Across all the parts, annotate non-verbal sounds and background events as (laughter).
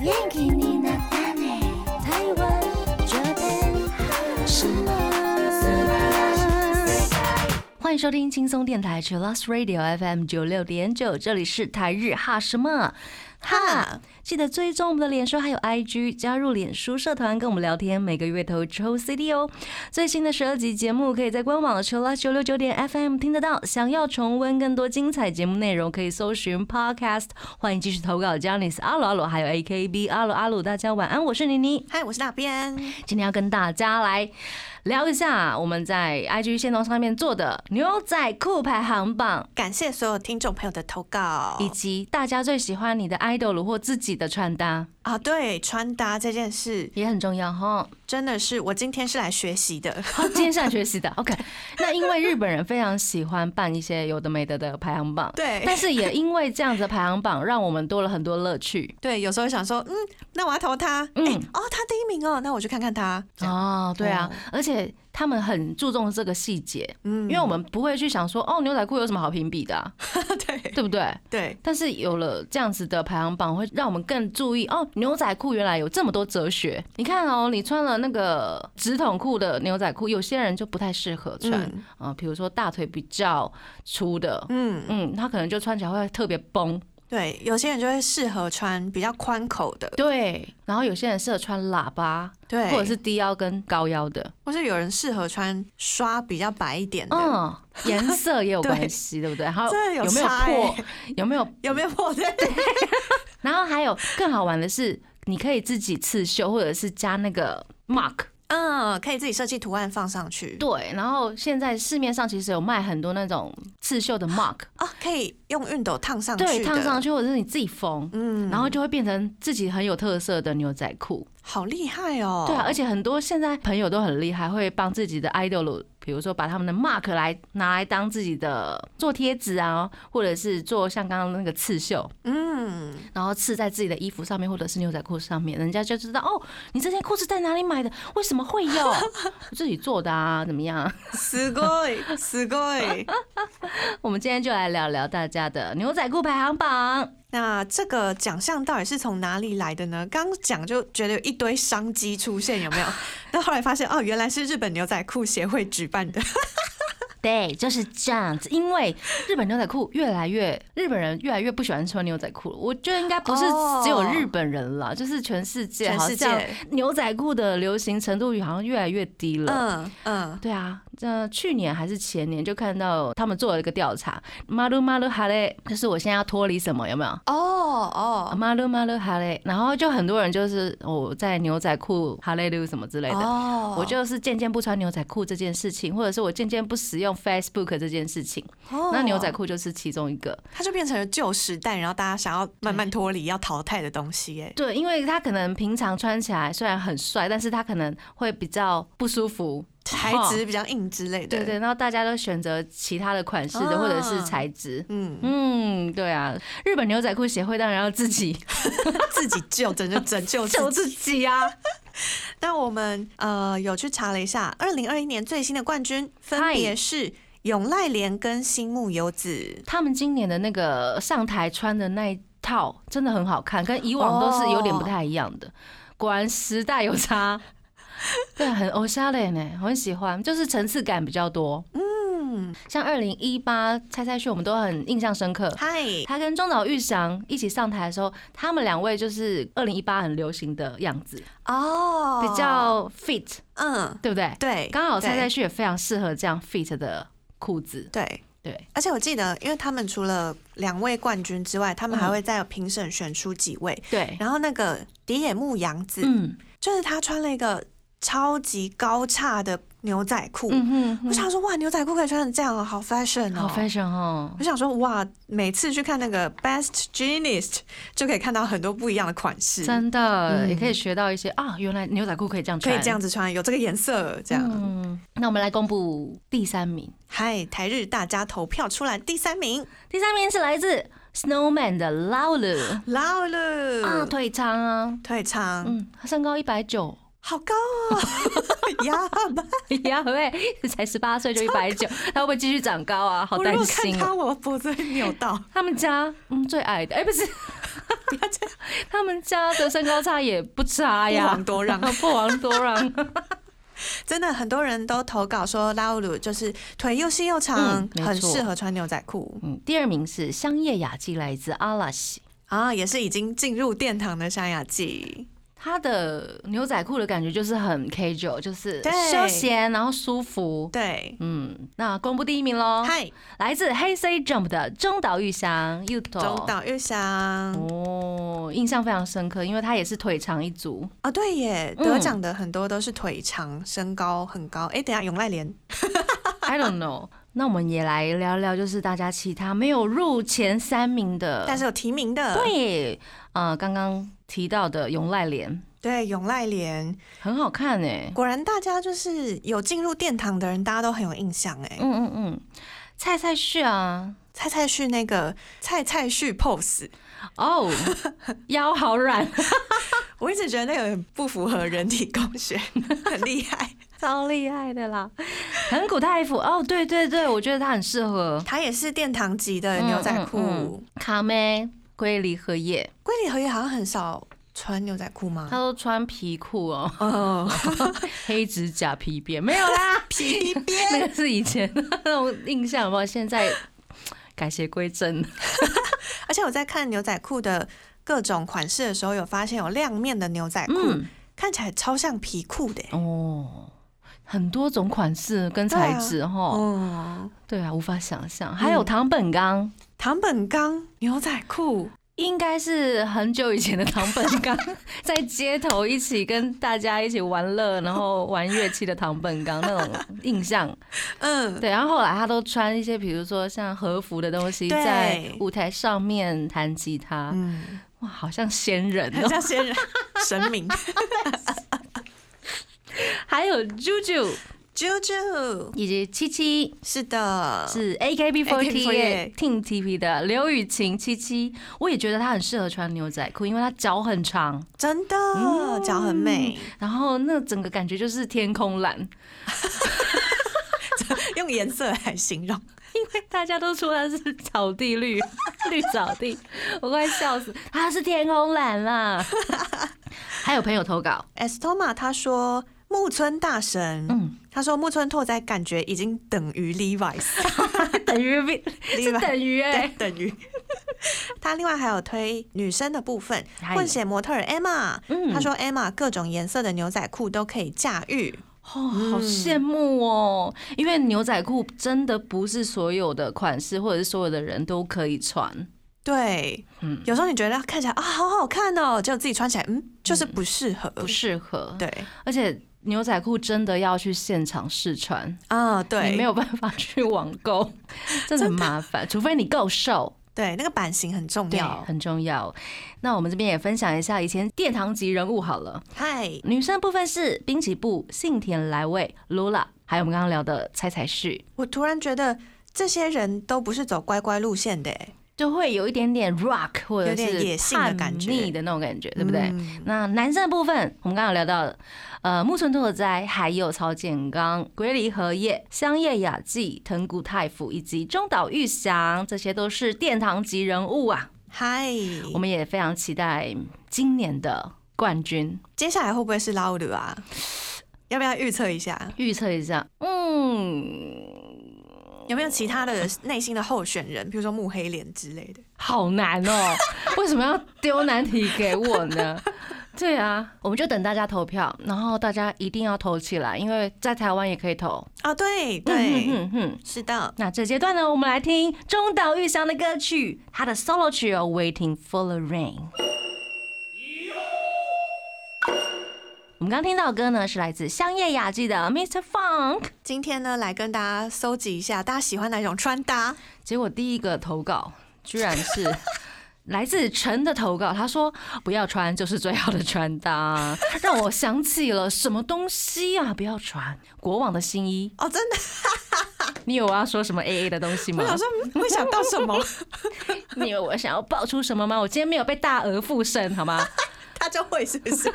元気になったね台湾这边什么？欢迎收听轻松电台 c h i l l s Radio FM 九六点九，这里是台日哈什么哈。记得追踪我们的脸书还有 IG，加入脸书社团跟我们聊天，每个月都抽 CD 哦。最新的十二集节目可以在官网 c h i l l s 九六九点 FM 听得到。想要重温更多精彩节目内容，可以搜寻 Podcast。欢迎继续投稿 j a n i c e 阿鲁阿鲁还有 AKB 阿鲁阿鲁，大家晚安，我是妮妮。嗨，我是那边。今天要跟大家来聊一下我们在 IG 线动上面做的牛仔裤排行榜，感谢所有听众朋友的投稿以及大家最喜欢你的 idol 或自己的穿搭啊！对，穿搭这件事也很重要哈。真的是我今天是来学习 (laughs) 的。好，哦今天是来学习的。OK，那因为日本人非常喜欢办一些有的没的的排行榜，对但是也因为这样子的排行榜，让我们多了很多乐趣。对，有时候想说，嗯，那我要投他，哎、嗯哦，他第一名哦，那我去看看他。这样哦，对啊哦，而且他们很注重这个细节，嗯因为我们不会去想说哦牛仔裤有什么好评比的、啊， (laughs) 对对不对？对但是有了这样子的排行榜，会让我们更注意哦。牛仔裤原来有这么多哲学。你看哦，你穿了那个直筒裤的牛仔裤，有些人就不太适合穿啊、嗯呃比如说大腿比较粗的，嗯，嗯，他可能就穿起来会特别崩。对，有些人就会适合穿比较宽口的，对，然后有些人适合穿喇叭，对，或者是低腰跟高腰的，或是有人适合穿刷比较白一点的，嗯，颜色也有对关系，对 (laughs) 不对？还有真的有有没有差破欸，有没有有没有破？对，然后还有更好玩的是，你可以自己刺绣，或者是加那个 mark。 (laughs) 嗯，可以自己设计图案放上去。对，然后现在市面上其实有卖很多那种刺绣的 mark，啊，可以用熨斗烫上去，对，烫上，去或者是你自己缝。嗯，然后就会变成自己很有特色的牛仔裤，好厉害哦，对啊， (laughs) 而且很多现在朋友都很厉害，会帮自己的 idol，比如说把他们的 mark 来拿来当自己的做贴纸啊，或者是做像刚刚那个刺绣，嗯，然后刺在自己的衣服上面或者是牛仔裤上面，人家就知道哦，你这件裤子在哪里买的？为什么会有？ (laughs) 我自己做的啊，怎么样？すごい，すご (laughs) い。我们今天就来聊聊大家的牛仔裤排行榜。那这个奖项到底是从哪里来的呢？刚讲就觉得有一堆商机出现， (laughs) 有没有？但后来发现哦，原来是日本牛仔裤协会举办的。对，就是这样子。因为日本牛仔裤越来越，日本人越来越不喜欢穿牛仔裤了。我觉得应该不是哦只有日本人了，就是全世界全好世界像牛仔裤的流行程度好像越来越低了。嗯 (laughs) 嗯，对啊，这去年还是前年就看到他们做了一个调查，马路马路哈嘞，就是我现在要脱离什么有没有？哦哦马路马路哈嘞，然后就很多人就是我、哦在牛仔裤哈嘞溜什么之类的。哦，我就是渐渐不穿牛仔裤这件事情，或者是我渐渐不使用 Facebook 这件事情，哦那牛仔裤就是其中一个。它就变成了旧时代，然后大家想要慢慢脱离、要淘汰的东西。哎，对，因为他可能平常穿起来虽然很帅，但是他可能会比较不舒服，材质比较硬之类的。对对，然后大家都选择其他的款式的啊或者是材质。嗯，嗯，对啊，日本牛仔裤协会当然要自己自己救拯救拯救救 (laughs) 自己。自己啊，那我们呃有去查了一下，二零二一年最新的冠军分别是永濑廉跟新木由子。他们今年的那个上台穿的那一套真的很好看，跟以往都是有点不太一样的。哦果然时代有差， (laughs) 对，很欧沙嘞呢，我很喜欢，就是层次感比较多。嗯，像二零一八猜猜秀，我们都很印象深刻。嗨，他跟中岛裕翔一起上台的时候，他们两位就是二零一八很流行的样子，哦，比较 fit，嗯，对不对？对，刚好猜猜对旭也非常适合这样 fit 的裤子，对。对，而且我记得，因为他们除了两位冠军之外，他们嗯还会再有评审选出几位。对，然后那个蝶野木洋子，嗯就是她穿了一个超级高叉的牛仔裤。嗯哼我哼，想说，哇，牛仔裤可以穿成这样哦，好 fashion 哦。好 fashion 哦我，想说，哇，每次去看那个 Best Genius 就可以看到很多不一样的款式，真的嗯也可以学到一些啊，原来牛仔裤可以这样可穿，以这样子穿，有这个颜色，这样。嗯，那我们来公布第三名，嗨、台日大家投票出来第三名，第三名是来自 Snowman 的 l a u l 老 u 了啊，腿长啊，腿长，嗯，他身高一百 (laughs) 九。好高 (laughs) 哦，呀吧！呀喂，才十八岁就一百九，他会不会继续长高啊？好我如担果看心他，哦。我脖子会扭到。 (laughs) 他们家嗯最矮的，哎、不是，不要这样，他们家的身高差也不差不哎呀遑，多让。 (laughs) 不遑啊多让。真的很多人都投稿说拉乌鲁就是腿又细又长嗯，没错很适合穿牛仔裤 (laughs) 嗯，第二名是香叶雅纪，来自阿拉西。啊，也是已经进入殿堂的山雅纪。她的牛仔裤的感觉就是很 K 九，就是对休闲，然后舒服。对，嗯，那公布第一名喽，嗨，来自黑 C Jump 的中岛裕翔 y u t 中岛裕翔啊、哦，印象非常深刻，因为他也是腿长一族。 (laughs) 啊对耶，嗯得奖的很多都是腿长、身高很高。哎、等一下永濑廉 I don't know。那我们也来聊聊，就是大家其他没有入前三名的，但是有提名呃的，对，呃，刚刚提到的永濑廉对，永濑廉，很好看哎、果然大家就是有进入殿堂的人，大家都很有印象哎。嗯嗯嗯，蔡蔡旭啊，蔡蔡旭那个蔡蔡旭 pose， (laughs) 哦，腰好软，我一直觉得那个很不符合人体工学， (laughs) 很厉害。超厉害的啦，很古太夫哦，对对对，我觉得他很适合他也是殿堂级呃的牛仔裤。嗯卡妹龟梨和也，龟梨和也好像很少穿牛仔裤他吗？都穿皮裤哦，哦， (laughs) 黑指甲皮鞭 (laughs) 没有啦，皮鞭。那个是以前 (laughs) 那种印象，好不好？现在改邪归正。 (laughs) 而且我在看牛仔裤的各种款式的时候，有发现有亮面的牛仔裤，嗯，看起来超像皮裤的耶。欸哦，很多种款式跟材质哈，哦，对啊，无法想象。还有唐本刚，唐本刚牛仔裤，应该是很久以前的唐本刚， (laughs) 在街头一起跟大家一起玩乐，然后玩乐器的唐本刚那种印象。嗯，对，然后后来他都穿一些，比如说像和服的东西，对在舞台上面弹吉他，嗯，哇，好像仙人很 (laughs) 哦。像仙人神 (laughs) 明。还有 JoJo 啾啾，以及七七，是的，是 AKB48 AKB48 Team TP 的刘雨晴七七，我也觉得她很适合穿牛仔裤，因为她脚很长，真的，脚、很美，然后那整个感觉就是天空蓝，用颜色来形容。大家都说她是草地绿， (laughs) 绿草地，我快笑死，她是天空蓝啦。还有朋友投稿， Estoma 他说木村大神，嗯，他说木村拓哉感觉已经等于 (laughs) Levi's，等于 V- (laughs) 是 Levi- 等于哎、对等 (laughs) 于。他另外还有推女生的部分，嗨混血模特儿 Emma，、嗯他说 Emma 各种颜色的牛仔裤都可以驾驭，哦，好羡慕哦！因为牛仔裤真的不是所有的款式或者是所有的人都可以穿，对，嗯有时候你觉得看起来啊好好看哦，结果自己穿起来，嗯，就是不适合，不适合。对，而且牛仔裤真的要去现场试穿，啊、你对，没有办法去网购，真的很麻烦，除非你够瘦。对那个版型很重对，要。很重要。那我们这边也分享一下以前殿堂级人物好了，嗨，女生部分是滨崎步、幸田来未、Lula，还有我们刚刚聊的猜猜是，我突然觉得这些人都不是走乖乖路线的耶，就会有一点点 rock 或者有点野是性的叛感觉逆的那种感觉，对不对？嗯那男生的部分，我们刚刚有聊到了，呃，木村拓哉，还有曹建刚、龟梨和也、香叶雅纪、藤谷太辅以及中岛裕翔，这些都是殿堂级人物啊。嗨，我们也非常期待今年的冠军，接下来会不会是拉乌鲁啊？要不要预测一下？预测一下。嗯，有没有其他的内心的候选人，比如说木黑脸之类的？好难哦，为什么要丢难题给我呢？对啊，我们就等大家投票，然后大家一定要投起来，因为在台湾也可以投。啊，对对，嗯哼哼。是的， (laughs) 那这阶段呢，我们来听中岛裕翔的歌曲，他的 solo 曲哦，《Waiting for the Rain》。我们刚听到的歌呢，是来自香叶雅纪的《Mr. Funk》。今天呢，来跟大家搜集一下，大家喜欢哪种穿搭？结果第一个投稿居然 (laughs) 是来自陈的投稿，他说：“不要穿就是最好的穿搭。”让我想起了什么东西啊？不要穿国王的新衣。哦，真的，你有要说什么 A A 的东西吗我？想说嗯会想到 (laughs) 什么？你以为我想要爆出什么吗？我今天没有被大额附身，好吗？他就会是不是？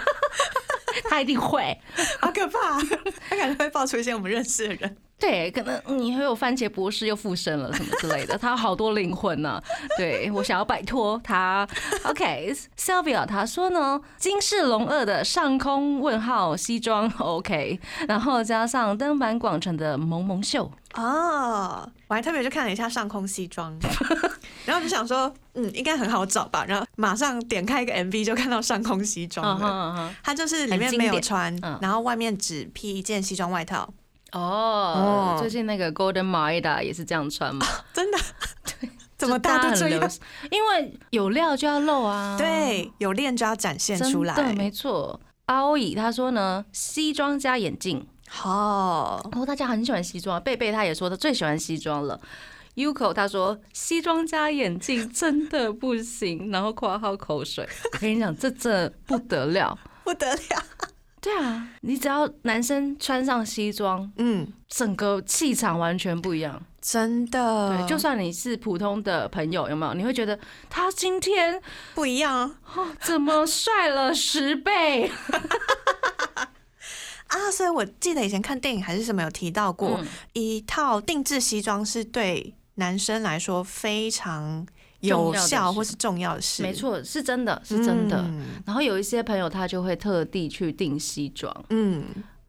他一定会。好可怕、啊，他感觉会爆出一些我们认识的人。对，可能嗯你会有番茄博士又附身了什么之类的，他有好多灵魂呢、对我想要摆脱他。OK，Sylvia、他说呢，金氏龙二的上空问号西装 OK，然后加上登坂广城的萌萌秀，哦，我还特别去看了一下上空西 (laughs) 装，然后就想说，嗯，应该很好找吧。然后马上点开一个 MV 就看到上空西装了，嗯哼它就是里面没有穿很经典嗯，然后外面只披一件西装外套，哦哦，最近那个 Golden Maeda 也是这样穿嘛，真的， (laughs) 怎么大家都就这很流样？行？因为有料就要露啊，对，有练就要展现真出来。的没错。阿乙他说呢，西装加眼镜，哦，然后大家很喜欢西装，贝贝他也说他最喜欢西装了。Uko 他说西装加眼镜真的不行，然后括号口水。 (laughs) 我跟你讲，这这不得了。不得了，对啊，你只要男生穿上西装，嗯，整个气场完全不一样。真的，对，就算你是普通的朋友，有没有？你会觉得他今天不一样哦哦怎么帅了十倍？啊！所以我记得以前看电影还是什么有提到过，嗯一套定制西装是对男生来说非常重要有的效事或是重要的事，没，错，是真的，是真的。嗯然后有一些朋友他就会特地去订西装，嗯，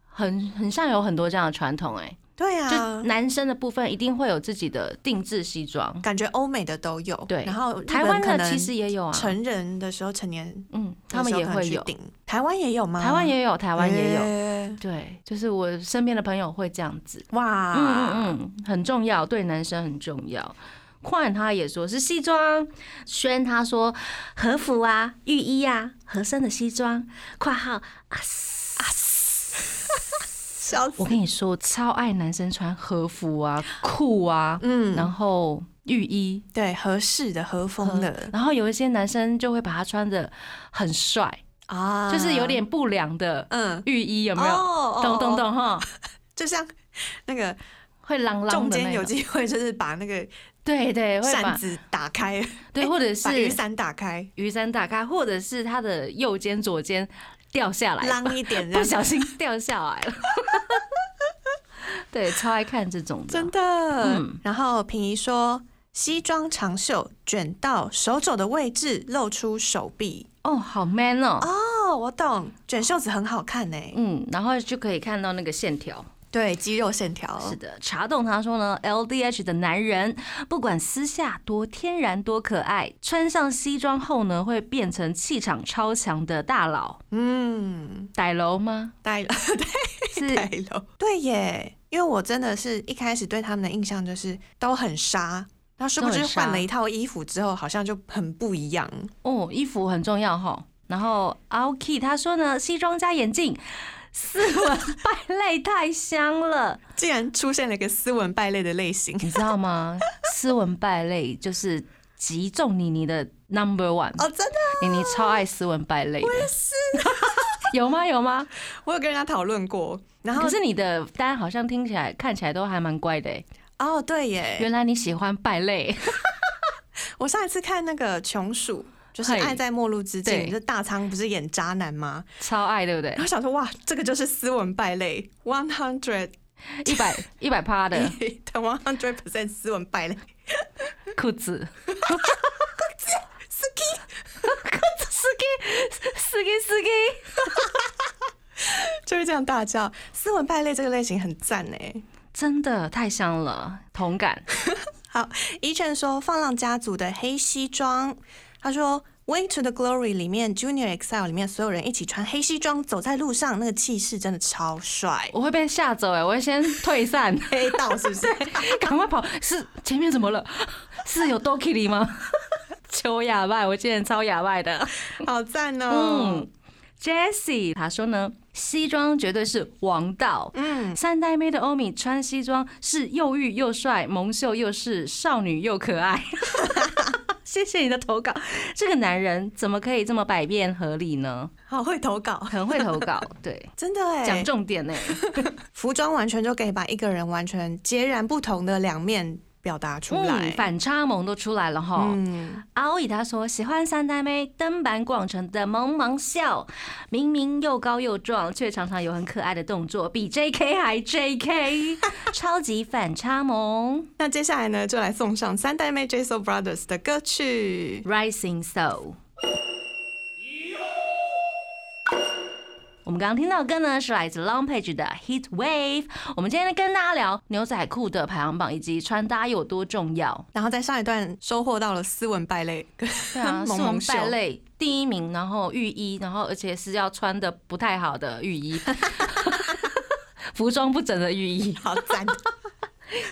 很很像有很多这样的传统哎、对就啊，男生的部分一定会有自己的定制西装，感觉欧美的都有，对然后日台本湾可的能其实也有啊，成人的时候成年，嗯，他们也会有，，台湾也有吗？哎台湾也有，台湾也有，有，对，就是我身边的朋友会这样子，哇，嗯嗯嗯，很重要，对男生很重要。宽他也说是西装，轩他说和服啊、浴衣啊、合身的西装。括号，笑死我，跟你说，我超爱男生穿和服啊、裤啊，嗯，然后浴衣。对，合适的和风的呃然后有一些男生就会把它穿的很帅，啊，哦就是有点不良的嗯，浴衣，有有没有？有懂懂，懂哈，就像那个会啷啷中的间有那种。机会，就是把那个对对，会扇把子打开，对，或者是把雨伞打开，雨伞打开，或者是他的右肩、左肩掉下来，浪一 (laughs) 点，这不样小心掉下来 (laughs) 了。对，超爱看这种的。真的。嗯然后平宜说，西装长袖卷到手肘的位置，露出手臂。哦，好 man 哦。哦，我懂，卷袖子很好看呢、嗯，然后就可以看到那个线条。对，肌肉线条。是的，茶洞他说呢，LDH 的男人不管私下多天然多可爱，穿上西装后呢，会变成气场超强的大佬。嗯，歹楼 (laughs) 吗？呆了，是呆了。 (laughs) 对耶，因为我真的是一开始对他们的印象就是都很沙。那殊不都知很沙换了一套衣服之后，好像就很不一样。哦，衣服很重要哈。然后 Aoki 他说呢，西装加眼镜，斯文败类太香 (laughs) 了，竟然出现了一个斯文败类的类型你知道吗？斯文败类就是击中妮妮的 number one， (laughs) 哦，真的，妮妮超爱斯文败类的， (laughs) 有吗？有吗？我有跟人家讨论过。然后可是你的单好像听起来看起来都还蛮乖的、欸，哦，对耶，原来你喜欢败类， (laughs) 我上一次看那个《穷鼠》，就是嘿《爱在末路之对境》，这大仓不是演渣男吗？超爱对不对 (laughs) 然？后想说，哇，这个就是斯文败类 (laughs)，one hundred 一百一百趴的 the (laughs) one hundred percent 斯文败类。 (laughs) 裤子， (laughs) 裤子 ski，裤子 ski ski 就是这样大叫，斯文败类这个类型很赞哎。真的太香了，同感。好，怡晨说《放浪家族》的黑西装，他说《Way to the Glory》里面 Junior Exile 里面所有人一起穿黑西装走在路上，那个气势真的超 (laughs) 帅，我会被吓走哎、我会先退散， (laughs) 黑道是不是？赶快跑！是前面怎么了？是有 Doki 里吗？ (laughs) 求哑巴，我今天超哑巴的。好赞哦、嗯，Jessie 他说呢，西装绝对是王道。嗯，三代妹的欧米穿西装是又玉又帅，萌秀又是少女又可 (laughs) 爱。谢谢你的投稿，这个男人怎么可以这么百变合理呢？好会投稿，很会投稿， (laughs) 对，真的哎、讲重点呢、服装完全就可以把一个人完全截然不同的两面表达出来嗯，。反差萌都出来了哈。嗯，阿欧以他说喜欢三代妹登坂广城的萌萌笑，明明又高又壮，却常常有很可爱的动作，比 J.K. 还 J.K.，超 (laughs) 级反差萌。那接下来呢，就来送上三代妹 JSO Brothers 的歌曲。 Rising Soul。我们刚刚听到的歌呢，是来自 Long Page 的 Heat Wave。我们今天跟大家聊牛仔裤的排行榜以及穿搭有多重要。然后在上一段收获到了斯文败类，跟对啊，萌是我萌们秀败类第一名，然后浴衣，然后而且是要穿的不太好的浴 (laughs) 衣，服装不整的浴衣， (laughs) 好赞。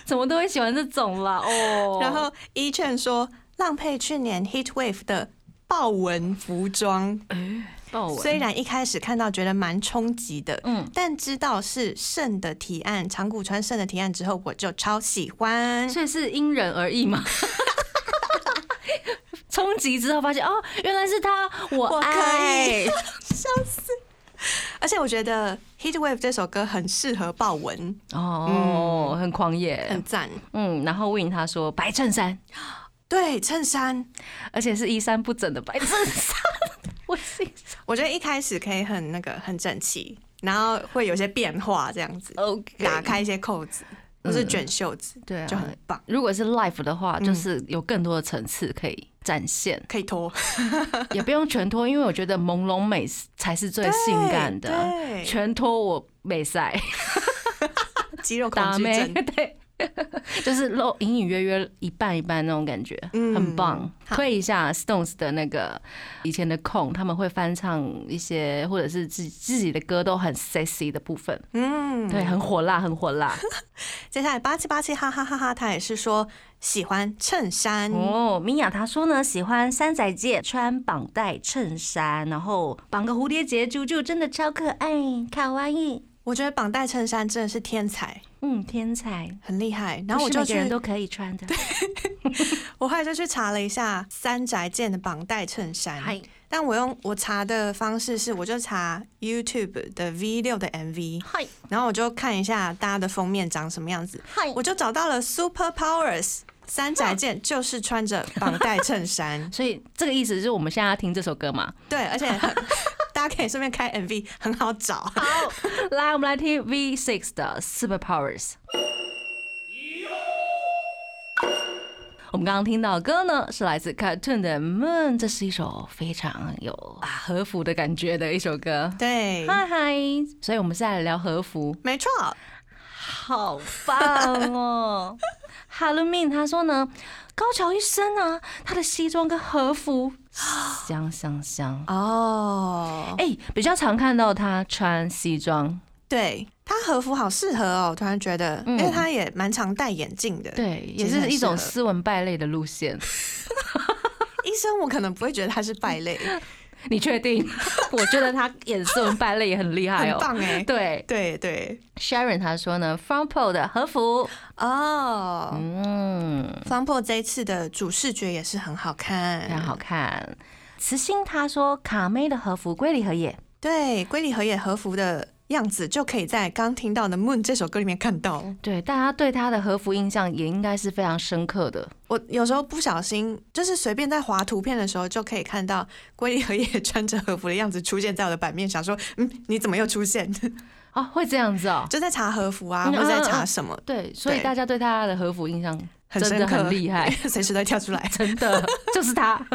怎么都会喜欢这种啦哦。然后一劝说浪配去年 Heat Wave 的豹纹服装，豹纹虽然一开始看到觉得蛮冲击的，嗯但知道是肾的提案，长谷川肾的提案之后，我就超喜欢。所以是因人而异嘛。 (laughs) 冲击之后发现哦，原来是他，我我可爱以，而且我觉得 Heat Wave 这首歌很适合豹纹，哦，很狂野嗯很，赞。嗯，然后 Win 他说白衬衫，对，衬衫，而且是衣衫不整的白衬衫， (laughs) 我欣赏。我觉得一开始可以很那个很整齐，然后会有些变化这样子， OK，嗯打开一些扣子，或是卷袖子，对啊就很棒，如果是 live 的话，嗯就是有更多的层次可以展现， (laughs) 可以脱。也不用全脱，因为我觉得朦胧美才是最性感的，对对全脱我美赛。肌肉恐打惧妹，症。 (laughs) 对，就是露隐隐约约一半一半那种感觉，嗯很棒。好推一下 Stones 的那个以前的控，他们会翻唱一些或者是自己自己的歌都很 sexy 的部分，嗯，对，很火辣，很火辣。接下来八七八七哈哈哈哈，他也是说喜欢衬衫，哦，米娅她说呢，喜欢山仔界穿绑带衬衫，然后绑个蝴蝶结，啾啾真的超可爱，卡哇伊。我觉得绑带衬衫真的是天才，嗯，天才，很厉害。然然后后我我就每个就人去，都可以穿的。我后来就去查了一下三宅健的绑带衬衫，嗨，但我用我查的方式是，我就查 YouTube 的 V 六的 MV，嗨，然后我就看一下大家的封面长什么样子，嗨，我就找到了 Super Powers 三宅健，就是穿着绑带衬衫 (laughs) 所以这个意思就是我们现在要听这首歌 (laughs) 嘛？对，而且很 (laughs) 大家可以顺便开 MV，很好找。好，来，我们来听 V Six 的 Super Powers。我们刚刚听到的歌呢，是来自 Cartoon 的《Moon》，这是一首非常有啊和服的感觉的一首歌。对，嗨嗨，所以我们是来聊和服，没错，好棒 (laughs) 哦！Halloween 他说呢，高桥一生啊，他的西装跟和服香香香。哦，哎、比较常看到他穿西装，对，他和服好适合哦，我突然觉得，嗯因为他也蛮常戴眼镜的。，对，其也实是很一适种合斯文败类的路线。医生我可能不会觉得他是败类， (laughs) 你确定？ (laughs) 我觉得他演斯文败类也很厉害很哦。棒哎、对对对， ，Sharon 他说呢 f r o n p o 的和服，哦、嗯，方破这一次的主视觉也是很好非常看，好看。慈心他说卡妹的和服龟梨和也，对，龟梨和也和服的样子就可以在刚听到的《Moon》这首歌里面看到。对，大家对他的和服印象也应该是非常深刻的。我有时候不小心，就是随便在划图片的时候，就可以看到龟梨和也穿着和服的样子出现在我的版面，想说，嗯，你怎么又出现？ (laughs) 哦，会这样子哦。就在查和服啊，嗯或者在嗯查嗯什么，对，所以对大家对他的和服印象很真深的刻，很厉害， (laughs) 随时都会跳出来。真的就是他。 (laughs)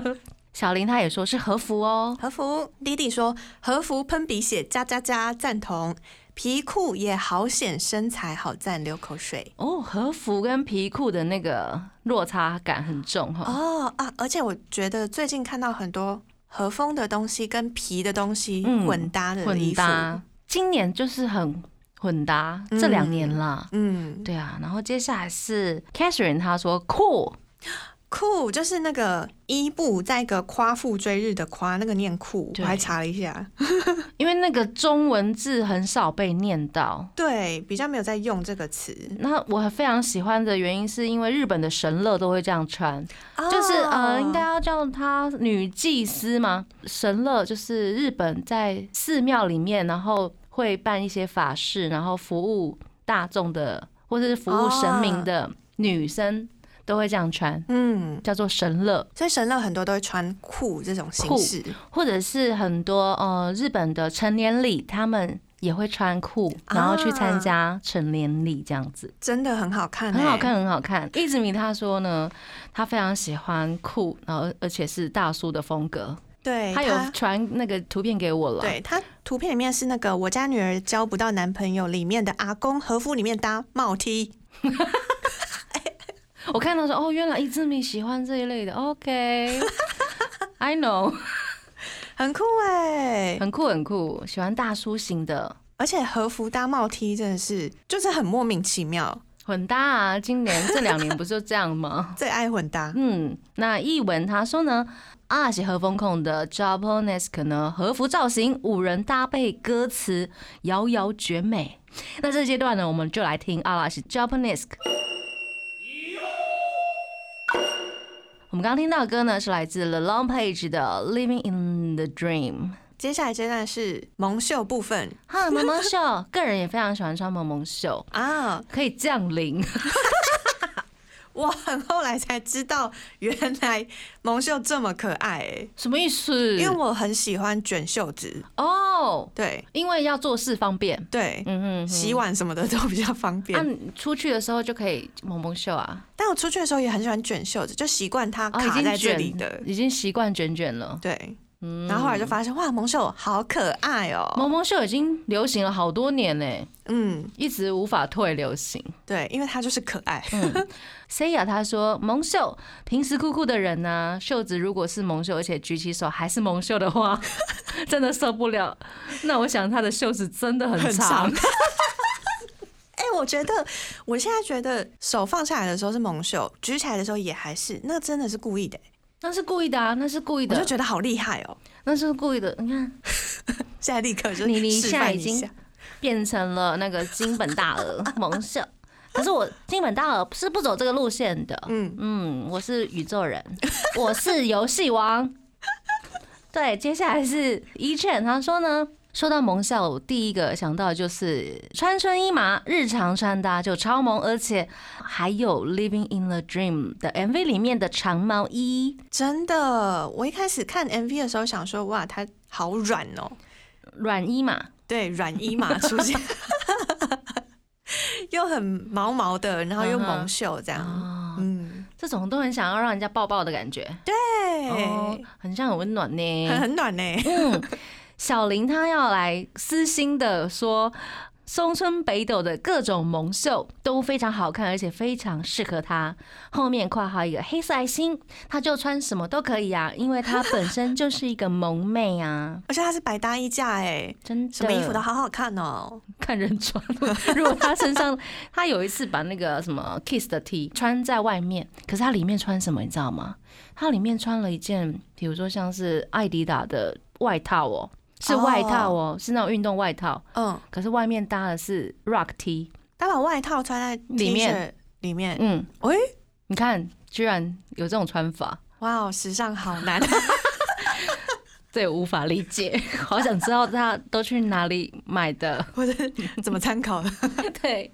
小林他也说是和服哦，和服，弟弟说和服喷鼻血，加加加，赞同。皮裤也好显身材，好赞，流口水。哦，和服跟皮裤的那个落差感很重哈。哦啊！而且我觉得最近看到很多和风的东西跟皮的东西嗯混搭的衣混服，搭，今年就是很混搭，嗯这两年啦。嗯，对啊，然后接下来是 Catherine，她说酷，酷就是那个伊布在一个夸父追日的夸，那个念酷，对我还查了一下，因为那个中文字很少被念到。对，比较没有在用这个词，那我非常喜欢的原因，是因为日本的神乐都会这样穿，就是呃，哦应该要叫她女祭司嘛。神乐就是日本在寺庙里面，然后会办一些法事，然后服务大众的，或者是服务神明的女生。都会这样穿，嗯，叫做神乐。所以神乐很多都会穿裤这种形裤式或者是很多呃日本的成年礼，他们也会穿裤，然后去参加成年礼这样子，真的很好看、欸，很好看，很好看。一直米他说呢，他非常喜欢裤，然后而且是大叔的风格，对，他有啊传那个图片给我了。对他图片里面是那个我家女儿交不到男朋友里面的阿公和服里面搭帽 T，我看到说哦，原来一直米喜欢这一类的，OK 。I know，很酷哎、很酷很酷，喜欢大叔型的，而且和服搭帽 T 真的是就是很莫名其妙，混搭啊！今年这两年不就这样吗？最爱混搭。嗯，那译文他说呢，阿喜和风控的 Japonesque 呢和服造型五人搭配歌词遥遥绝美。那这阶段呢，我们就来听啊阿拉西 Japonesque。我们刚刚听到的歌呢，是来自 The Long Page 的《Living in the Dream》。接下来这段是蒙秀部分哈，萌萌袖，个人也非常喜欢穿萌萌袖，啊，可以降临。 (laughs) 我很后来才知道原来蒙秀这么可爱、欸，什么意思？因为我很喜欢卷袖子，哦，对因为要做事方便。对，嗯哼嗯啊哼洗碗什么的都比较方便那、。你出去的时候就可以蒙蒙秀啊，但我出去的时候也很喜欢卷袖子，就习惯它哦，已卡经在这卷里的。已经习惯卷卷了。对，嗯然后后来就发现哇，蒙秀好可爱哦、蒙蒙秀已经流行了好多年呢、嗯，一直无法退流行。对，因为它就是可 (laughs) 爱。嗯，Saya 他说蒙秀平时酷酷的人呢、袖子如果是蒙秀，而且举起手还是蒙秀的话， (laughs) 真的受不了。那我想他的袖子真的很很长长， (laughs) 哎、我觉得我现在觉得手放下来的时候是蒙秀，举起来的时候也还是，那真的是故意的、欸那是故意的啊，那是故意我就的，觉得好厉害哦、那是故意的。你看，现在立刻就你你示现在范已一经下。变成了那个金本大鹅 (laughs) 蒙秀。可是我金本大鹅是不走这个路线的，嗯，嗯，我是宇宙人，我是游戏王。对，接下来是一劝，他说呢，说到萌校，我第一个想到的就是穿春衣麻，日常穿搭就超萌，而且还有《Living in the Dream》的 MV 里面的长毛衣，真的，我一开始看 MV 的时候想说，哇，它好软哦、软衣嘛，对，软衣嘛出现， (laughs) 又很毛毛的，然后又嗯哼蒙秀这样，哦，嗯，这种都很想要让人家抱抱的感觉，哦对，，很像很温暖呢，很很暖呢、欸嗯，小林他要来私心的说，松村北斗的各种萌秀都非常好看，而且非常适合他。后面括号一个黑色爱心，他就穿什么都可以啊，因为他本身就是一个萌妹 (laughs) 啊，而且它是百搭衣架哎、真的。什么衣服都好好看哦、看人穿。如果他身上，他有一次把那个什么 Kiss 的 T 穿在外面，可是他里面穿什么，你知道吗？他里面穿了一件，比如说像是艾迪达的外套哦，是外套哦，是那种运动外套，嗯，可是外面搭的是 Rock T。他把外套穿在 T 里面恤里面，嗯，喂、你看，居然有这种穿法。哇哦，时尚好难， (laughs) 这也无法理解， (laughs) 好想知道他都去哪里买的。我的怎么参考 (laughs) 的？ (laughs) 对，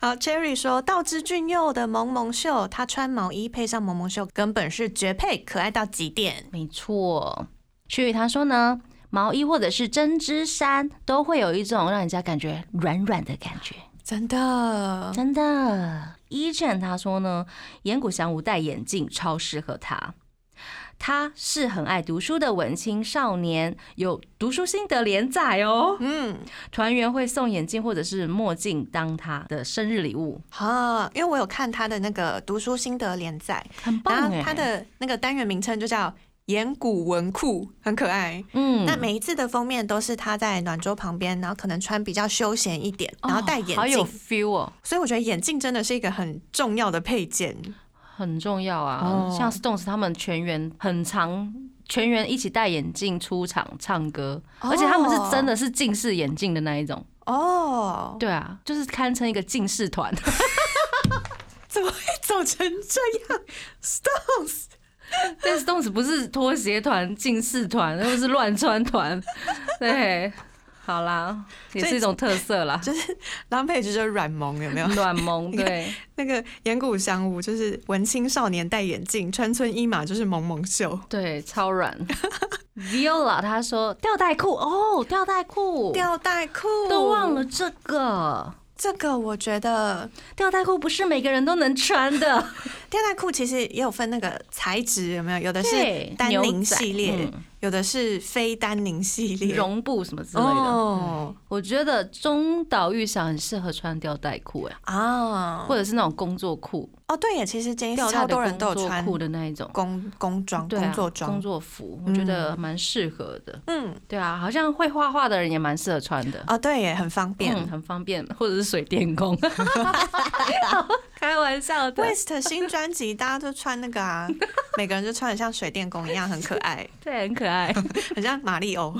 好，Cherry 说，道之俊佑的萌萌秀，他穿毛衣配上萌萌秀，根本是绝配，可爱到极点。没错，所以他说呢，毛衣或者是针织衫都会有一种让人家感觉软软的感觉，真的，真的。一卷他说呢，岩谷祥吾戴眼镜超适合他。他是很爱读书的文青少年，有读书心得连载哦。嗯，团员会送眼镜或者是墨镜当他的生日礼物，啊，因为我有看他的那个读书心得连载，很然棒后哎。他的那个单元名称就叫“岩谷文库”，很可爱。嗯那每一次的封面都是他在暖桌旁边，然后可能穿比较休闲一点，然后戴眼哦好镜，有 feel 哦，所以我觉得眼镜真的是一个很重要的配件。很重要啊。哦像 Stones 他们全员很常全员一起戴眼镜出场唱歌，哦而且他们是真的是近视眼镜的那一种。哦，对啊，就是堪称一个近视团。 (laughs) 怎么会走成这样？Stones， (laughs) 但 Stones 不是拖鞋团、近视团，又不是乱穿团，对，好啦，也所以是一种特色啦，蓝佩芝就是软萌，有没有？ (laughs) 暖萌对，那个岩谷祥吾就是文青少年戴眼镜，川村一马就是萌萌秀。对，超软。Viola 他说吊带裤哦，吊带裤吊带裤都忘了，这个这个我觉得吊带裤不是每个人都能穿的，吊带裤其实也有分那个材质，有没有？有的对是丹宁系牛列仔嗯，有的是非丹宁系列。绒布什么之类的。哦我觉得中岛裕翔很适合穿吊带裤，哎，啊，或者是那种工作裤，哦对耶，其实今天吊带超的多人都工有作穿裤的那一种。工工装、对工啊，作工装。作服，我觉得蛮适合的。嗯，对啊，好像会画画的人也蛮适合穿的。哦对耶，很方便。嗯，很方便，或者是水电 (laughs) 工，开玩笑的。 West 新专辑，大家都穿那 (laughs) 个啊，每个人就穿的像水电工一样，很可爱，对，很可爱。很像马里欧。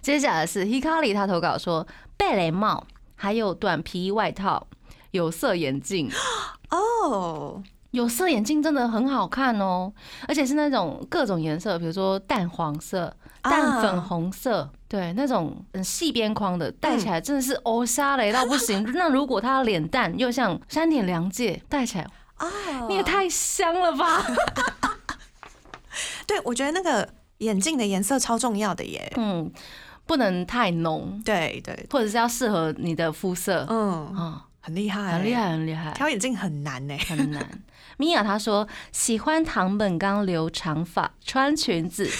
接下来是 Hikari，他投稿说贝雷帽，还有短皮外套，有色眼镜，哦，有色眼镜真的很好看哦，而且是那种各种颜色，比如说淡黄色、啊淡粉红色，对，那种很细边框的，戴起来真的是欧沙雷到不行。那如果他脸蛋又像山田凉介，戴起来哦，你也太香了吧？对，我觉得那个眼镜的颜色超重要的耶。嗯，不能太浓，对对，或者是要适合你的肤色嗯，啊，很厉害，很厉，害，很厉害。挑眼镜很难呢。很难。米娅她说喜欢唐本刚留长发、穿裙子， (laughs)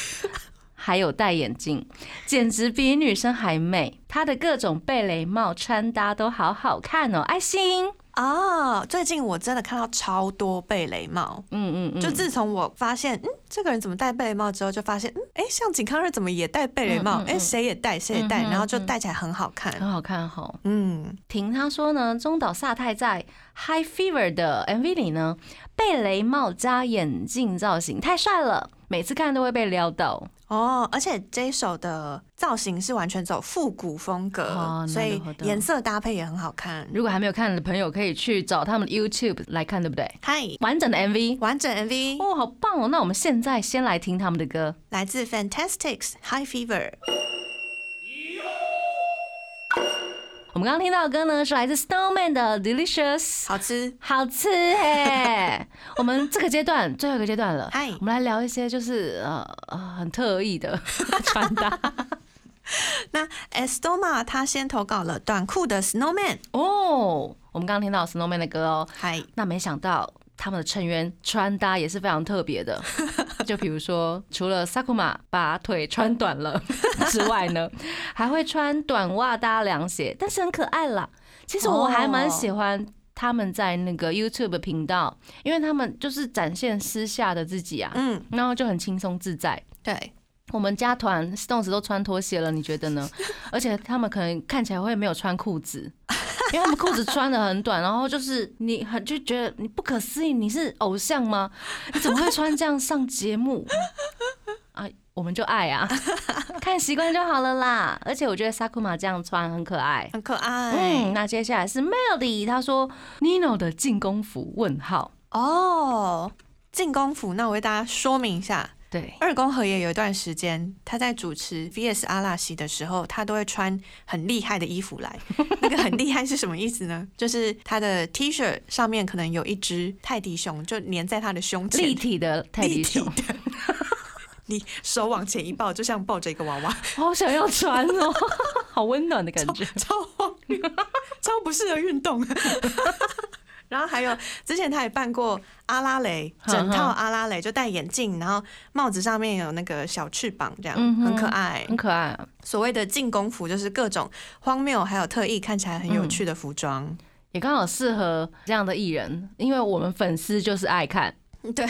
还有戴眼镜，简直比女生还美。她的各种贝雷帽穿搭都好好看哦，爱心。哦，最近我真的看到超多贝雷帽。嗯嗯嗯，就自从我发现，嗯，这个人怎么戴贝雷帽之后，就发现，嗯，哎，像井康瑞怎么也戴贝雷帽嗯嗯？嗯哎，谁也戴，谁也戴，嗯嗯然后就嗯戴起来很好看。很好看吼。嗯，婷她说呢，中岛萨太在《High Fever》的 MV 里呢，贝雷帽加眼镜造型太帅了，每次看都会被撩到。哦，而且这一首的造型是完全走复古风哦格，所以なるほど颜色搭配也很好看。如果还没有看的朋友，可以去找他们的 YouTube 来看，对不对？嗨，完整的 MV 完整 MV 哦，好棒哦！那我们现在先来听他们的歌。来自 Fantastics High Fever。我们刚刚听到的歌呢，是来自 Snowman 的 Delicious，好吃。好吃嘿！我们这个阶段最后一个阶段了，嗨我们来聊一些就是呃呃很特意的穿搭那 Estoma 他先投稿了短裤的 Snowman，哦。我们刚刚听到 Snowman 的歌哦，嗨，那没想到他们的成员穿搭也是非常特别的，就比如说除了 Sakuma 把腿穿短了之外呢，还会穿短袜搭凉鞋，但是很可爱啦。其实我还蛮喜欢。他们在那个 YouTube 频道，因为他们就是展现私下的自己啊，嗯，然后就很轻松自在。对，我们家团 Stones 都穿拖鞋了，你觉得 (laughs) 呢？而且他们可能看起来会没有穿裤子，因为他们裤子穿的很短，然后就是 (laughs) 你很就觉得你不可思议，你是偶像吗？你怎么会穿这样上节 (laughs) 目？啊，我们就爱啊，看习惯就好了啦。而且我觉得 Sakuma 这样穿很可爱。很可爱。嗯，那接下来是 Melody，她说 Nino 的进攻服问号，哦，进攻服，那我为大家说明一下，对，二宫和也有一段时间，他在主持 VS 阿拉西的时候，他都会穿很厉害的衣服来。 (laughs) 那个很厉害是什么意思呢？就是他的 T 恤上面可能有一只泰迪熊，就粘在他的胸前，立体的泰迪熊，立体的。你手往前一抱，就像抱着一个娃 (laughs) 娃，好想要穿哦， (laughs) 好温暖的感觉。超荒谬，超不适合运动。 (laughs) 然后还有之前他也办过阿拉蕾，整套嗯阿拉蕾就戴眼镜，然后帽子上面有那个小翅膀，这样嗯哼很可爱。很可爱、啊。所谓的进攻服就是各种荒谬还有特意看起来很有趣的服 (laughs) 装。也刚好适合这样的艺人，因为我们粉丝就是爱看，对，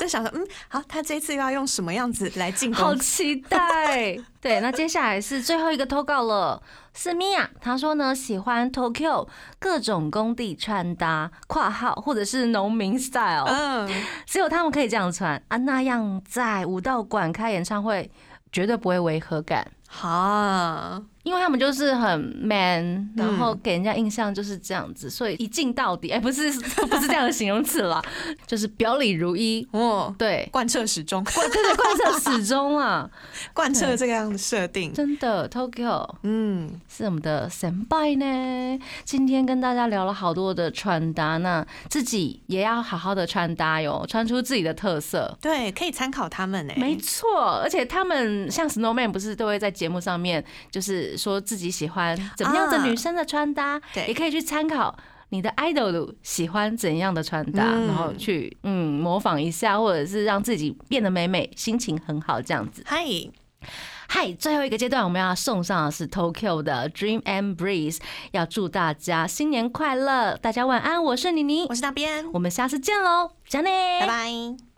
就想说，嗯，好，他这次又要用什么样子来进好攻？期待。 (laughs) 对，那接下来是最后一个投稿了，是米娅，她说呢喜欢 Tokyo 各种工地穿搭（括号或者是农民 style），嗯，只有他们可以这样穿啊，那样在武道馆开演唱会绝对不会违和感。哈，因为他们就是很 man，然后给人家印象就是这样子，所以一镜到底，哎、不是 (laughs) 不是这样的形容词啦，就是表里如一，哦，对，贯彻始终， (laughs) 贯对对贯彻始终啦，贯彻这样的设定。啊 (laughs) 真的 Tokyo 嗯，是我们的神拜呢。今天跟大家聊了好多的穿搭，那自己也要好好的穿搭哟，穿出自己的特色。对，可以参考他们诶、欸没错，而且他们像 Snowman 不是都会在节目上面，就是说自己喜欢怎么样的啊女生的穿搭，对也可以去参考。你的 idol 喜欢怎样的穿搭，嗯然后去嗯模仿一下，或者是让自己变得美美，心情很好这样子。嗨，嗨，最后一个阶段我们要送上的是 Tokyo 的 Dream and Breeze，要祝大家新年快乐，大家晚安，我是妮妮我，是那边，我们下次见喽，加内，拜拜。